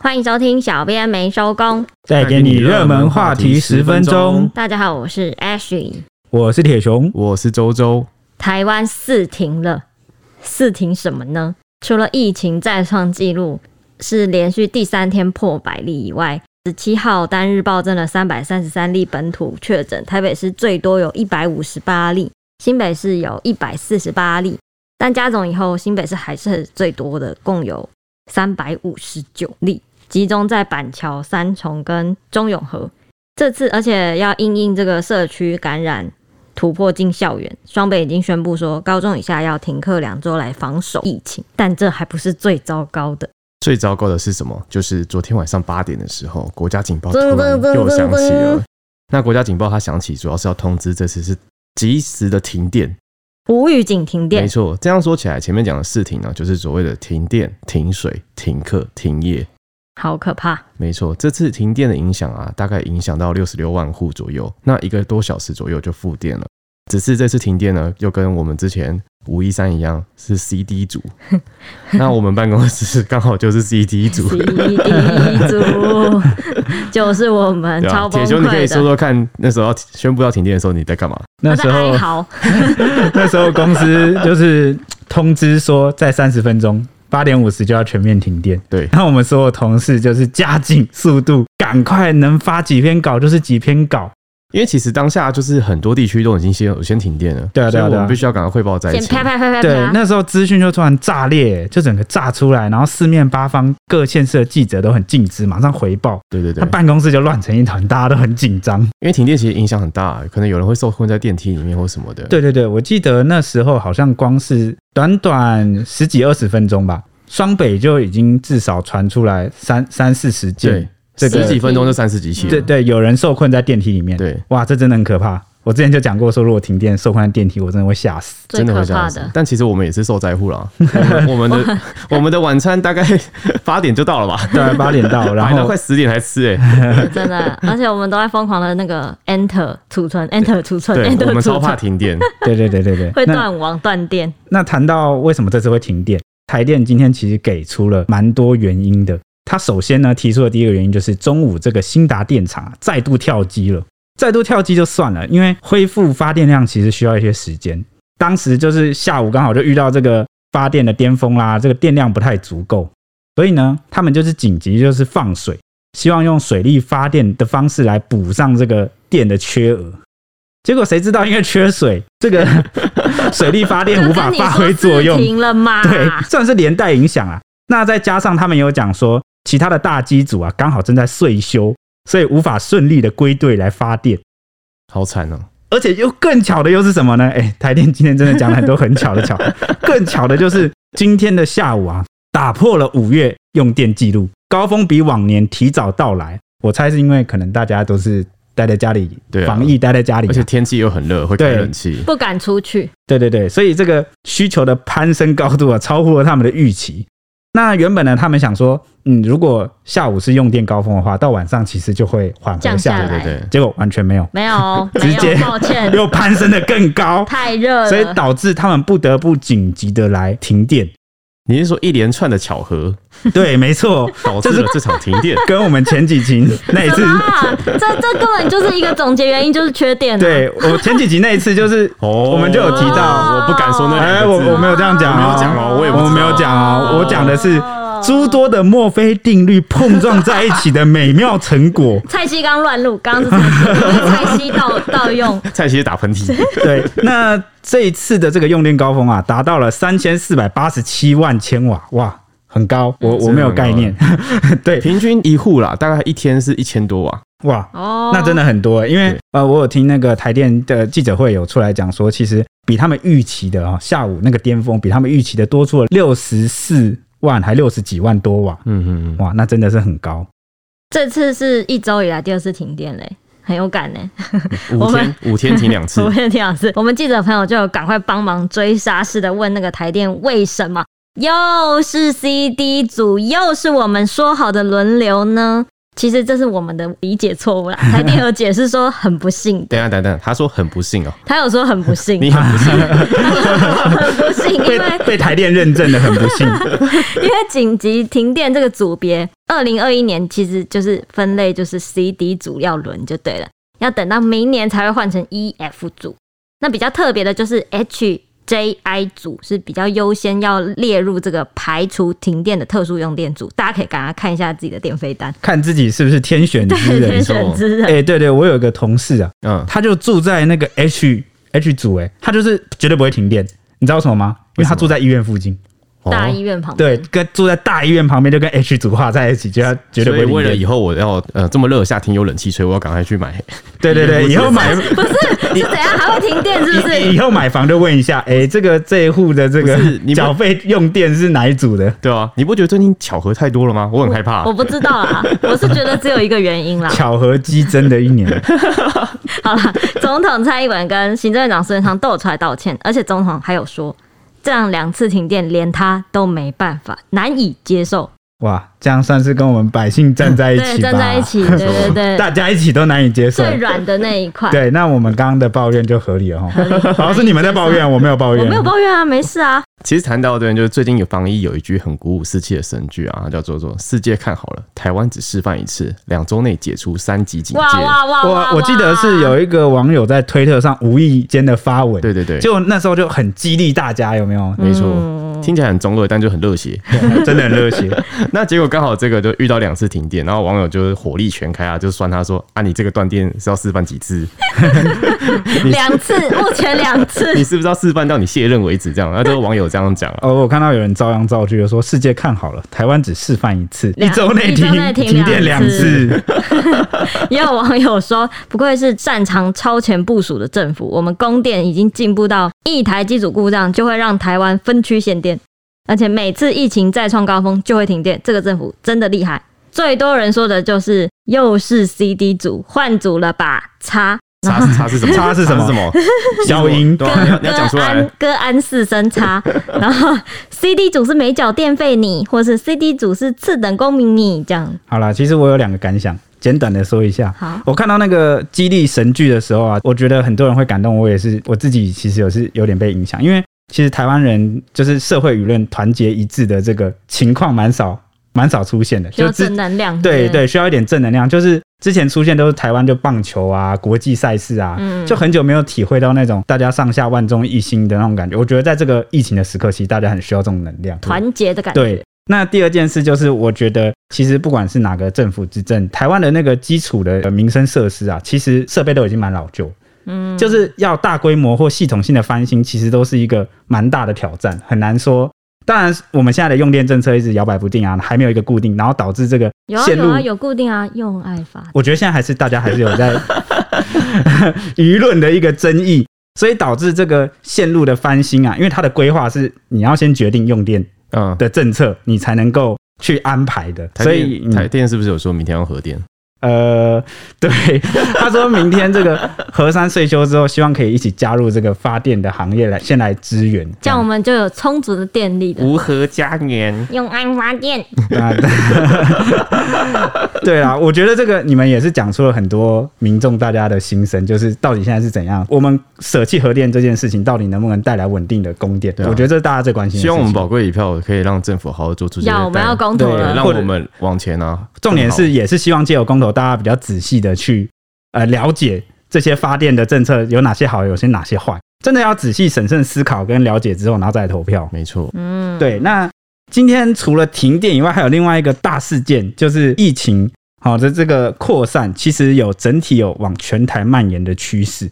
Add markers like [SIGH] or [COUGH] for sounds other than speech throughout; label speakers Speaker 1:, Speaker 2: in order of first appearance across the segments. Speaker 1: 欢迎收听《小编没收工》。
Speaker 2: 带给你热门话题十分钟。
Speaker 1: 大家好，我是 Ashley。
Speaker 2: 我是铁熊，
Speaker 3: 我是周周，
Speaker 1: 台湾四停了，四停什么呢？除了疫情再创纪录，是连续第三天破百例以外，十七号单日暴增了三百三十三例本土确诊，台北市最多有一百五十八例，新北市有一百四十八例，但加总以后，新北市还是最多的，共有三百五十九例，集中在板桥、三重跟中永和。这次，而且要因应这个社区感染突破进校园，双北已经宣布说，高中以下要停课两周来防守疫情。但这还不是最糟糕的，
Speaker 3: 最糟糕的是什么？就是昨天晚上八点的时候，国家警报突
Speaker 1: 噔
Speaker 3: 然
Speaker 1: 噔噔
Speaker 3: 又响起
Speaker 1: 噔噔
Speaker 3: 了。那国家警报它响起，主要是要通知这次是及时的停电。
Speaker 1: 无预警停
Speaker 3: 没
Speaker 1: 电。
Speaker 3: 错，这样说起来，前面讲的四停呢，就是所谓的停电、停水、停课、停业。
Speaker 1: 好可
Speaker 3: [LAUGHS]
Speaker 1: 怕！
Speaker 3: 没错，这次停电的影响啊，大概影响到六十六万户左右，那一个多小时左右就复电了。只是这次停电呢，又跟我们之前五一三一样是
Speaker 1: [LAUGHS]
Speaker 3: CD 组，那我们办公室刚好就是 CD 组。
Speaker 1: 第一
Speaker 3: [LAUGHS]
Speaker 1: 组就是我们
Speaker 3: 对啊，
Speaker 1: 超崩
Speaker 3: 铁兄，你可以
Speaker 1: 溃
Speaker 3: 说
Speaker 1: 的。
Speaker 3: 说看，那时候要宣布要停电的时候你在干嘛？
Speaker 2: 那
Speaker 1: 他
Speaker 2: 时
Speaker 1: 在
Speaker 2: 候
Speaker 1: 哀嚎，
Speaker 2: 那时候公司就是通知说，在三十分钟八点五十就要全面停电。
Speaker 3: 对，
Speaker 2: 然后我们所有同事就是加紧速度，赶快能发几篇稿就是几篇稿。
Speaker 3: 因为其实当下就是很多地区都已经先有先停电了，
Speaker 2: 对啊对啊
Speaker 3: 所以我
Speaker 2: 对啊
Speaker 3: 们必须要赶快汇报灾
Speaker 1: 先
Speaker 3: 情
Speaker 1: 啪。啪啪啪
Speaker 2: 对，
Speaker 1: 啪。
Speaker 2: 那时候资讯就突然炸裂，就整个炸出来，然后四面八方各县市的记者都很尽职，马上回报。
Speaker 3: 对对对
Speaker 2: 那，办公室就乱成一团，大家都很紧张。
Speaker 3: 因为停电其实影响很大，可能有人会受困在电梯里面或什么的。
Speaker 2: 对对对，我记得那时候好像光是短短十几二十分钟吧，双北就已经至少传出来三三四十件
Speaker 3: 对，，
Speaker 2: 这
Speaker 3: 十
Speaker 2: 个
Speaker 3: 几分钟就三十几起了。
Speaker 2: 对对，有人受困在电梯里面。，
Speaker 3: 对，
Speaker 2: 哇，这真的很可怕。我之前就讲过说，如果停电受困在电梯，我真的会吓死。
Speaker 1: 最
Speaker 3: 真的
Speaker 1: 可
Speaker 3: 会这
Speaker 1: 怕
Speaker 3: 样子
Speaker 1: 的。
Speaker 3: 但其实我们也是受灾户
Speaker 1: [LAUGHS]
Speaker 3: 啦，我们我们的 [LAUGHS] 我们的晚餐大概八点就到了吧，
Speaker 2: 对，八点到，然
Speaker 1: [LAUGHS]
Speaker 3: 买到
Speaker 2: 后
Speaker 3: 快十点才吃哎，
Speaker 1: 真
Speaker 3: [LAUGHS]
Speaker 1: 的，而且我们都在疯狂的那个 enter 储存，enter 储存
Speaker 3: [LAUGHS] 对，我
Speaker 1: ，enter
Speaker 3: 们
Speaker 1: 储
Speaker 3: 超怕
Speaker 1: 存，
Speaker 3: 停电。
Speaker 2: 对对对对对，
Speaker 1: 会
Speaker 2: 那
Speaker 1: 断网断电。
Speaker 2: 那谈到为什么这次会停电，台电今天其实给出了蛮多原因的。它首先呢提出的第一个原因就是中午这个新达电厂啊再度跳机了，再度跳机就算了，因为恢复发电量其实需要一些时间。当时就是下午刚好就遇到这个发电的巅峰啦，这个电量不太足够，所以呢他们就是紧急就是放水，希望用水力发电的方式来补上这个电的缺额。结果谁知道因为缺水，这个 [LAUGHS] 水力发电无法发挥作用，
Speaker 1: 停了吗？
Speaker 2: [LAUGHS] 对，
Speaker 3: 啊
Speaker 2: 算是连带影响啊。那再加上他们有讲说，其他的大机组啊，刚好正在岁修，所以无法顺利的归队来发电。
Speaker 3: 好惨哦！
Speaker 2: 而且又更巧的又是什么呢？哎、台电今天真的讲了很多很巧的巧，
Speaker 3: [LAUGHS]
Speaker 2: 更巧的就是今天的下午啊，打破了五月用电记录，高峰比往年提早到来。我猜是因为可能大家都是待在家里，
Speaker 3: 对啊
Speaker 2: 防疫待在家里啊、
Speaker 3: 而且天气又很热，会开
Speaker 2: 对
Speaker 3: 冷气。
Speaker 1: 不敢出去，
Speaker 2: 对对对，所以这个需求的攀升高度啊，超乎了他们的预期。那原本呢，他们想说，嗯，如果下午是用电高峰的话，到晚上其实就会缓和
Speaker 1: 降下
Speaker 2: 下
Speaker 1: 来
Speaker 2: 来，
Speaker 3: 对对
Speaker 2: 结果完全没有，
Speaker 1: 没有哦，没
Speaker 2: 直接
Speaker 1: 有，抱
Speaker 3: [LAUGHS]
Speaker 1: 歉，
Speaker 2: 又攀升的更高，
Speaker 1: [LAUGHS] 太热了。
Speaker 2: 所以导致他们不得不紧急的来停电。
Speaker 3: 你是说一连串的巧合
Speaker 2: 对，没错，
Speaker 3: 导致了这场停 [LAUGHS] 电？
Speaker 2: 跟我们前几集那一
Speaker 1: 什
Speaker 2: 次
Speaker 1: 么，啊？这这根本就是一个总结原因，就是缺电、啊。，
Speaker 2: 对我前几集那一次就是，
Speaker 3: 哦
Speaker 2: 我们就有提到，
Speaker 3: 我不敢说那
Speaker 2: 哎，
Speaker 3: 两
Speaker 2: 我
Speaker 3: 个字
Speaker 2: 我没有这样讲、
Speaker 3: 我
Speaker 2: 哦，
Speaker 3: 没有讲哦我也不知道
Speaker 2: 我没有讲哦，我讲的是诸多的墨菲定律碰撞在一起的美妙成果。
Speaker 1: 蔡西刚乱录，刚刚是蔡西我是蔡西盗盗
Speaker 3: [LAUGHS]
Speaker 1: 用，
Speaker 3: 蔡西打喷嚏，
Speaker 2: [LAUGHS] 对，那这一次的这个用电高峰啊，达到了三千四百八十七万千瓦，哇，很高，我我没有概念。对，
Speaker 3: 平均一户啦，大概一天是一千多瓦。
Speaker 2: [LAUGHS] 哇，
Speaker 1: 哦，
Speaker 2: 那真的很多欸、因为
Speaker 3: 对
Speaker 2: 呃，我有听那个台电的记者会有出来讲说，其实比他们预期的啊、下午那个巅峰比他们预期的多出了六十四万，还六十几万多瓦，
Speaker 3: 嗯嗯嗯，
Speaker 2: 哇，那真的是很高。
Speaker 1: 这次是一周以来第二次停电嘞。很有感呢、我
Speaker 3: 五
Speaker 1: 们
Speaker 3: 天五天停两次
Speaker 1: 我，们听老师，我们记者朋友就有赶快帮忙追杀似的问那个台电为什么又是 CD 组，又是我们说好的轮流呢？其实这是我们的理解错
Speaker 2: [LAUGHS]
Speaker 1: 误啦。台电有解释说很不幸，
Speaker 3: 等一下等一下，他说很不
Speaker 1: [LAUGHS]
Speaker 3: 幸哦，
Speaker 1: 他有说很不幸，
Speaker 3: 你很不幸，
Speaker 1: 很不幸，因为
Speaker 2: [LAUGHS] 被被台电认证的很不
Speaker 1: [LAUGHS]
Speaker 2: 幸，
Speaker 1: 因为紧急停电这个组别，二零二一年其实就是分类就是 C、D 组要轮就对了，要等到明年才会换成 E、F 组。那比较特别的就是 H、J、I 组是比较优先要列入这个排除停电的特殊用电组，大家可以赶快看一下自己的电费单。
Speaker 2: 看自己是不是天选
Speaker 1: [LAUGHS]
Speaker 2: 之人
Speaker 1: 天。选之
Speaker 2: 哎、
Speaker 1: 人，
Speaker 2: 对对，我有一个同事啊，
Speaker 3: 嗯，
Speaker 2: 他就住在那个 H H 组、哎，他就是绝对不会停电，你知道为什么吗？因为他住在医院附近，
Speaker 1: [LAUGHS]
Speaker 3: 哦
Speaker 1: 大医院旁边
Speaker 2: 对，，跟住在大医院旁边，就跟 H 组画在一起，就他绝对
Speaker 3: 所
Speaker 2: 不
Speaker 3: 以
Speaker 2: 会
Speaker 3: 为了
Speaker 2: 停
Speaker 3: 以
Speaker 2: 电。
Speaker 3: 后我要呃这么热的夏天有冷气吹，我要赶快去买。
Speaker 2: 对对对，
Speaker 3: 以
Speaker 2: 以
Speaker 3: 后
Speaker 2: 后买
Speaker 1: 不是是怎样还会停电？是不
Speaker 2: 以以
Speaker 3: [LAUGHS]
Speaker 1: 是？
Speaker 2: 后买房就问一下，哎、这个这一户的这个
Speaker 3: 不是你不
Speaker 2: 缴费用电是哪一组的？
Speaker 3: [LAUGHS] 对啊，你不觉得最近巧合太多了吗？我很害怕
Speaker 1: 我。不知道啦，我是觉得只有一个原因啦。
Speaker 2: 巧合激增的一年，
Speaker 3: [LAUGHS]
Speaker 1: [LAUGHS] 好了，总统蔡英文跟行政院长苏贞昌都有出来道歉，而且总统还有说，这样两次停电连他都没办法，难以接受。
Speaker 2: 哇，这样算是跟我们百姓站在一
Speaker 1: 对，
Speaker 2: 起吧？
Speaker 1: 站在一，
Speaker 2: [LAUGHS]
Speaker 1: 起，对对对，
Speaker 2: 大家一起都难以接受。
Speaker 1: 最软的那一块。
Speaker 2: 对，那我们刚刚的抱怨就合理了哈。好像是你们在抱
Speaker 1: 难以接
Speaker 2: 怨，我没有抱
Speaker 1: 我
Speaker 2: 怨，
Speaker 1: 没有抱怨啊，没事啊。
Speaker 3: 其实谈到这边，就是最近有防疫有一句很鼓舞士气的神句啊，叫做“做世界看好了，台湾只示范一次，两周内解除三级警
Speaker 1: 哇
Speaker 3: 戒
Speaker 1: 哇哇！哇
Speaker 2: 我我记得是有一个网友在推特上无意间的发”。文，
Speaker 3: 对对对，
Speaker 2: 就那时候就很激励大家，有没有？
Speaker 3: 没
Speaker 2: 嗯
Speaker 3: 错，听起来很中二，但就很热血。
Speaker 2: [LAUGHS] 真的很热血，
Speaker 3: 那结果刚好这个就遇到两次停电，然后网友就是火力全开啊，就酸他说：“啊，你这个断电是要示范几
Speaker 2: [LAUGHS]
Speaker 3: 次？
Speaker 1: 两次，目前两次
Speaker 3: 你。是不是要示范到你卸任为止？”这样，那这个网友这样讲
Speaker 2: [LAUGHS] [LAUGHS]
Speaker 3: 啊，
Speaker 2: 哦，我看到有人照样造句，说世界看好了，台湾只示范一次，一
Speaker 1: 两
Speaker 2: 周内
Speaker 1: 一
Speaker 2: 停
Speaker 1: 周内停
Speaker 2: 停电
Speaker 1: 两
Speaker 2: 两
Speaker 1: 次
Speaker 2: [LAUGHS] 次，
Speaker 1: [LAUGHS] 也有网友说，不愧是擅长超前部署的政府，我们供电已经进步到一台机组故障就会让台湾分区限电，而且每次疫情再创高峰就会停电，这个政府真的厉害。最多人说的就是又是 CD 组换组了吧？叉
Speaker 3: 叉是叉是什么？
Speaker 2: 叉是什么
Speaker 3: 什
Speaker 2: [LAUGHS]
Speaker 3: 么？
Speaker 2: 消音
Speaker 3: 对啊，你要你要讲出
Speaker 1: 歌
Speaker 3: 来
Speaker 1: 安。歌安四声
Speaker 3: [LAUGHS]
Speaker 1: 叉，然后 CD 组是没缴电费你，或是 CD 组是次等公民你这样。
Speaker 2: 好啦，其实我有两个感想，简短的说一下。
Speaker 1: 好
Speaker 2: 我看到那个激励神剧的时候啊，我觉得很多人会感动，我也是我自己其实有是有点被影响，因为其实台湾人就是社会舆论团结一致的这个情况蛮少蛮少出现的，
Speaker 1: 需要
Speaker 2: 之
Speaker 1: 正能量，
Speaker 2: 对对，需要一点正能量，就是之前出现都是台湾就棒球啊、国际赛事啊，
Speaker 1: 嗯
Speaker 2: 就很久没有体会到那种大家上下万众一心的那种感觉。我觉得在这个疫情的时刻，其实大家很需要这种能量。
Speaker 1: 团结的感觉。
Speaker 2: 对，那第二件事就是，我觉得其实不管是哪个政府执政，台湾的那个基础的呃民生设施啊，其实设备都已经蛮老旧，嗯，就是要大规模或系统性的翻新，其实都是一个蛮大的挑战，很难说。当然，我们现在的用电政策一直摇摆不定啊，还没有一个固定，然后导致这个
Speaker 1: 有啊
Speaker 2: 线
Speaker 1: 有
Speaker 2: 路
Speaker 1: 啊，有固定啊，用爱法。
Speaker 2: 我觉得现在还是大家还是有在 [LAUGHS] 舆论的一个争议，所以导致这个线路的翻新啊，因为它的规划是你要先决定用电
Speaker 3: 嗯，
Speaker 2: 的政策，你才能够去安排的，
Speaker 3: 台
Speaker 2: 所
Speaker 3: 电
Speaker 2: 以
Speaker 3: 台
Speaker 2: 嗯
Speaker 3: 电是不是有说明天要核电？
Speaker 2: 呃，对， [LAUGHS] 他说明天这个河山税修之后，希望可以一起加入这个发电的行业来先来支援，
Speaker 1: 这样我们就有充足的电力的。
Speaker 2: 嗯
Speaker 3: 无核家园。
Speaker 1: 用安发电，
Speaker 3: [LAUGHS]
Speaker 2: 那对啊，我觉得这个你们也是讲出了很多民众大家的心声，就是到底现在是怎样，我们舍弃核电这件事情，到底能不能带来稳定的供电？
Speaker 3: 对啊
Speaker 2: 我觉得这是大家最关心的事
Speaker 3: 希
Speaker 2: 情。
Speaker 3: 望我们宝贵一票可以让政府好好做出这些带。
Speaker 1: 要我们要公投
Speaker 2: 对
Speaker 3: 对
Speaker 1: 了
Speaker 3: 让，
Speaker 2: 或者
Speaker 3: 我们往前啊。
Speaker 2: 重点
Speaker 3: 更
Speaker 2: 是，也是希望借由公投，大家比较仔细的去呃了解这些发电的政策有哪些好，有些哪些坏，真的要仔细审慎思考跟了解之后，然后再来投票
Speaker 3: 好，。没错，
Speaker 1: 嗯，
Speaker 2: 对，那今天除了停电以外，还有另外一个大事件，就是疫情好的这个扩散，其实有整体有往全台蔓延的趋势。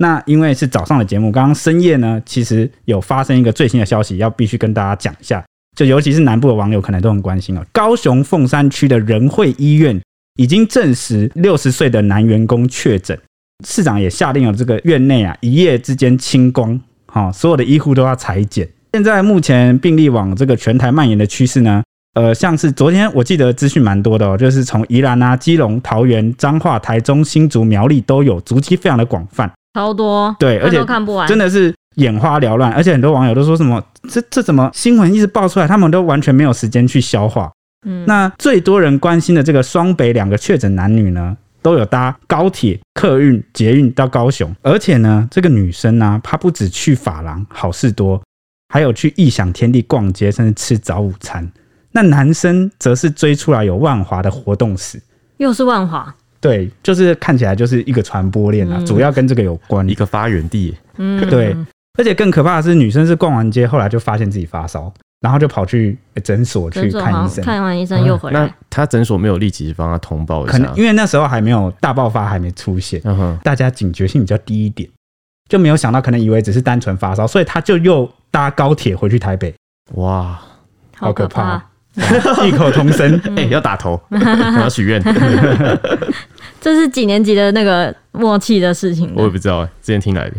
Speaker 2: 那因为是早上的节目，刚刚深夜呢，其实有发生一个最新的消息，要必须跟大家讲一下。就尤其是南部的网友可能都很关心哦，高雄凤山区的仁惠医院已经证实六十岁的男员工确诊，市长也下令了这个院内啊一夜之间清光，好、所有的医护都要裁剪。现在目前病例往这个全台蔓延的趋势呢，呃，像是昨天我记得资讯蛮多的哦，就是从宜兰啊、基隆、桃园、彰化、台中、新竹、苗栗都有，足迹非常的广泛，
Speaker 1: 超多，
Speaker 2: 对
Speaker 1: 看
Speaker 2: 而且
Speaker 1: 都看不完，
Speaker 2: 真的是眼花缭乱，而且很多网友都说什么这这怎么新闻一直爆出来，他们都完全没有时间去消化。
Speaker 1: 嗯，
Speaker 2: 那最多人关心的这个双北两个确诊男女呢，都有搭高铁、客运、捷运到高雄，而且呢，这个女生呢、她不止去发廊好事多，还有去异想天地逛街，甚至吃早午餐。那男生则是追出来有万华的活动史，
Speaker 1: 又是万华，
Speaker 2: 对，就是看起来就是一个传播链啊，
Speaker 1: 嗯
Speaker 2: 主要跟这个有关
Speaker 3: 一。个发源地，
Speaker 1: 嗯，
Speaker 2: 对，而且更可怕的是，女生是逛完街，后来就发现自己发烧，然后就跑去呃诊所去
Speaker 1: 诊所
Speaker 2: 看
Speaker 1: 好
Speaker 2: 医
Speaker 1: 像
Speaker 2: 生。啊
Speaker 1: 看完医生又回
Speaker 3: 那
Speaker 1: 来，
Speaker 3: 他诊所没有立即帮他通报一
Speaker 2: 可
Speaker 3: 下
Speaker 2: 能，因为那时候还没有大爆发，还没出现，
Speaker 3: 嗯哼，
Speaker 2: 大家警觉性比较低一点，就没有想到，可能以为只是单纯发烧，所以他就又搭高铁回去台北，
Speaker 3: 哇，
Speaker 2: 好可
Speaker 1: 可
Speaker 2: 怕。异口同声。
Speaker 3: [LAUGHS] 哎、要打头，我要许愿， [LAUGHS]
Speaker 1: 这是几年级的那个默契的事情呢
Speaker 3: 我也不知道哎、之前听来的，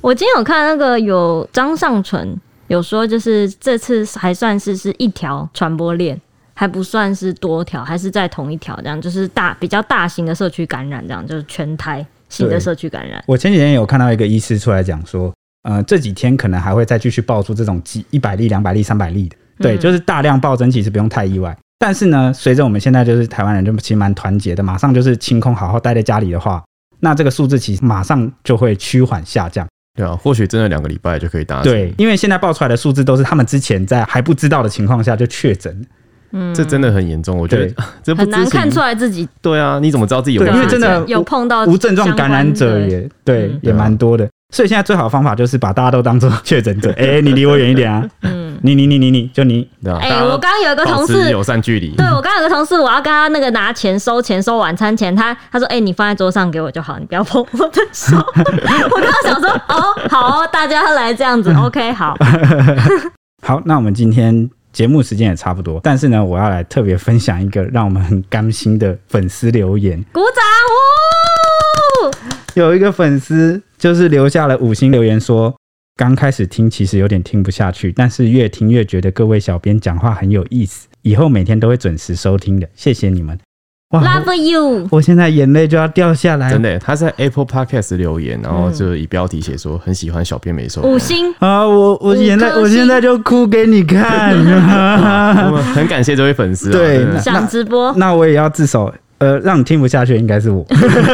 Speaker 1: 我今天有看那个有张尚存有说，就是这次还算是是一条传播链，还不算是多条，还是在同一条这样，就是大比较大型的社区感染这样，就是全台性的社区感染。
Speaker 2: 我前几天有看到一个医师出来讲说，呃，这几天可能还会再继续爆出这种几一百例、两百例、三百例的，对，
Speaker 1: 嗯
Speaker 2: 就是大量暴增，其实不用太意外。但是呢，随着我们现在就是台湾人就其实蛮团结的，马上就是清空，好好待在家里的话，那这个数字其实马上就会趋缓下降。
Speaker 3: 对啊，或许真的两个礼拜就可以达成，
Speaker 2: 对，，因为现在爆出来的数字都是他们之前在还不知道的情况下就确诊，
Speaker 1: 嗯，
Speaker 3: 这真的很严重，我觉得 [LAUGHS] 这不
Speaker 1: 很难
Speaker 3: 知情
Speaker 1: 看出来自己
Speaker 3: 对啊，你怎么知道自己有
Speaker 2: 对
Speaker 3: 没有
Speaker 2: 因为真的
Speaker 1: 有碰到
Speaker 2: 无症状感染
Speaker 1: 哦
Speaker 2: 者
Speaker 1: 相关的
Speaker 2: 也对
Speaker 1: 嗯，
Speaker 2: 也蛮多的。所以现在最好的方法就是把大家都当做确诊者。哎、你离我远一点啊！
Speaker 1: [LAUGHS] 嗯，
Speaker 2: 你你你你你就你，
Speaker 3: 对啊，
Speaker 1: 哎、
Speaker 3: 大家
Speaker 1: 我刚刚有一个同
Speaker 3: 保
Speaker 1: 事
Speaker 3: 持友善距离，
Speaker 1: 对，我刚刚有个同事，我要跟他那个拿钱收钱收晚餐钱，他他说：“哎、你放在桌上给我就好，你不要碰我的手。”我刚刚想说：“哦，好哦，大家来这样子，OK，好。
Speaker 2: 好，那我们今天节目时间也差不多，但是呢，我要来特别分享一个让我们很甘心的粉丝留言。”
Speaker 1: 鼓掌！哦！
Speaker 2: 有一个粉丝就是留下了五星留言说，刚开始听其实有点听不下去，但是越听越觉得各位小编讲话很有意思，以后每天都会准时收听的，谢谢你们。哇，
Speaker 1: ，Love you！
Speaker 2: 我我现在眼泪就要掉下来了
Speaker 3: 真的耶，他在 Apple Podcast 留言，然后就以标题写说很喜欢小编没收，
Speaker 1: 嗯五星，
Speaker 2: 啊！我我
Speaker 1: 五颗
Speaker 2: 现在
Speaker 1: 星
Speaker 2: 我现在就哭给你
Speaker 1: [LAUGHS]
Speaker 3: 我
Speaker 2: 看。
Speaker 3: 们 [LAUGHS] 很感谢这位粉丝、啊，
Speaker 2: 对
Speaker 3: 真的
Speaker 2: 那
Speaker 1: 想直播，
Speaker 2: 那我也要自首，呃，让你听不下去的应该是我，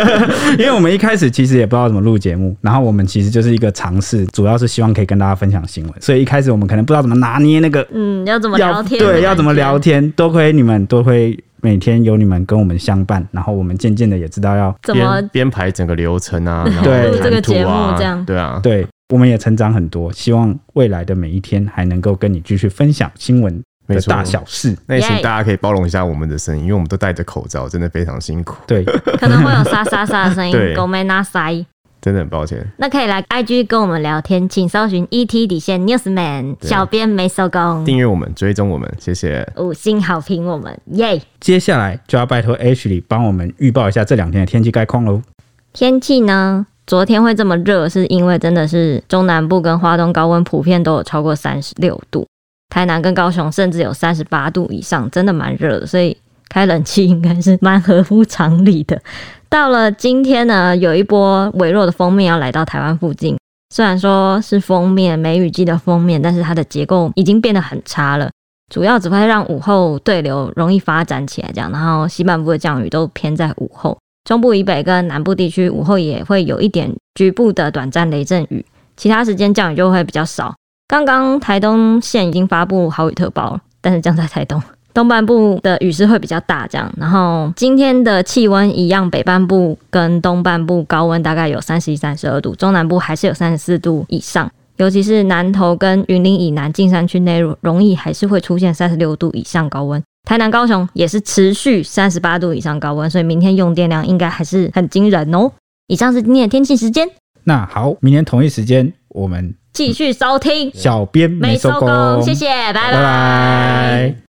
Speaker 2: [LAUGHS] 因为我们一开始其实也不知道怎么录节目，然后我们其实就是一个尝试，主要是希望可以跟大家分享新闻，所以一开始我们可能不知道怎么拿捏那个
Speaker 1: 嗯，要怎么
Speaker 2: 要
Speaker 1: 聊天？
Speaker 2: 对，要怎么聊？天？多亏你们，多亏每天有你们跟我们相伴，然后我们渐渐的也知道要
Speaker 1: 怎么
Speaker 3: 编？编排整个流程啊，然后
Speaker 2: 对录
Speaker 1: 这个
Speaker 3: 谈吐
Speaker 1: 节
Speaker 3: 啊
Speaker 1: 目这样
Speaker 3: 对啊，
Speaker 2: 对，我们也成长很多。希望未来的每一天还能够跟你继续分享新闻
Speaker 3: 没
Speaker 2: 的
Speaker 3: 错
Speaker 2: 大小事。
Speaker 3: 那也请
Speaker 1: Yay
Speaker 3: 大家可以包容一下我们的声音，因为我们都戴着口罩，真的非常辛苦，
Speaker 2: 对，
Speaker 1: 可能会有沙沙沙的声音，
Speaker 3: 对
Speaker 1: 狗妹那塞。
Speaker 3: 真的很抱歉。
Speaker 1: 那可以来 IG 跟我们聊天，请搜寻 ET 底线 Newsman，
Speaker 3: 对
Speaker 1: 小编没收工，
Speaker 3: 订阅我们，追踪我们，谢谢。
Speaker 1: 五星好评我们，耶！
Speaker 2: 接下来就要拜托 H 里帮我们预报一下这两天的天气概况喽。
Speaker 1: 天气呢，昨天会这么热，是因为真的是中南部跟花东高温普遍都有超过三十六度，台南跟高雄甚至有三十八度以上，真的蛮热的，所以开冷气应该是蛮合乎常理的。到了今天呢，有一波微弱的封面要来到台湾附近，虽然说是封面梅雨季的封面，但是它的结构已经变得很差了。主要只会让午后对流容易发展起来，这样，然后西半部的降雨都偏在午后，中部以北跟南部地区午后也会有一点局部的短暂雷阵雨，其他时间降雨就会比较少。刚刚台东县已经发布豪雨特报了，但是降在台东。东半部的雨势会比较大，这样。然后今天的气温一样，北半部跟东半部高温大概有三十一、三十二度，中南部还是有三十四度以上。尤其是南投跟云林以南近山区内，容易还是会出现三十六度以上高温。台南、高雄也是持续三十八度以上高温，所以明天用电量应该还是很惊人哦。以上是今天的天气时间，
Speaker 2: 那好，明天同一时间我们
Speaker 1: 继续收听
Speaker 2: 小编
Speaker 1: 嗯没
Speaker 2: 没收
Speaker 1: 收
Speaker 2: 工，
Speaker 1: 工，谢谢，拜
Speaker 2: 拜拜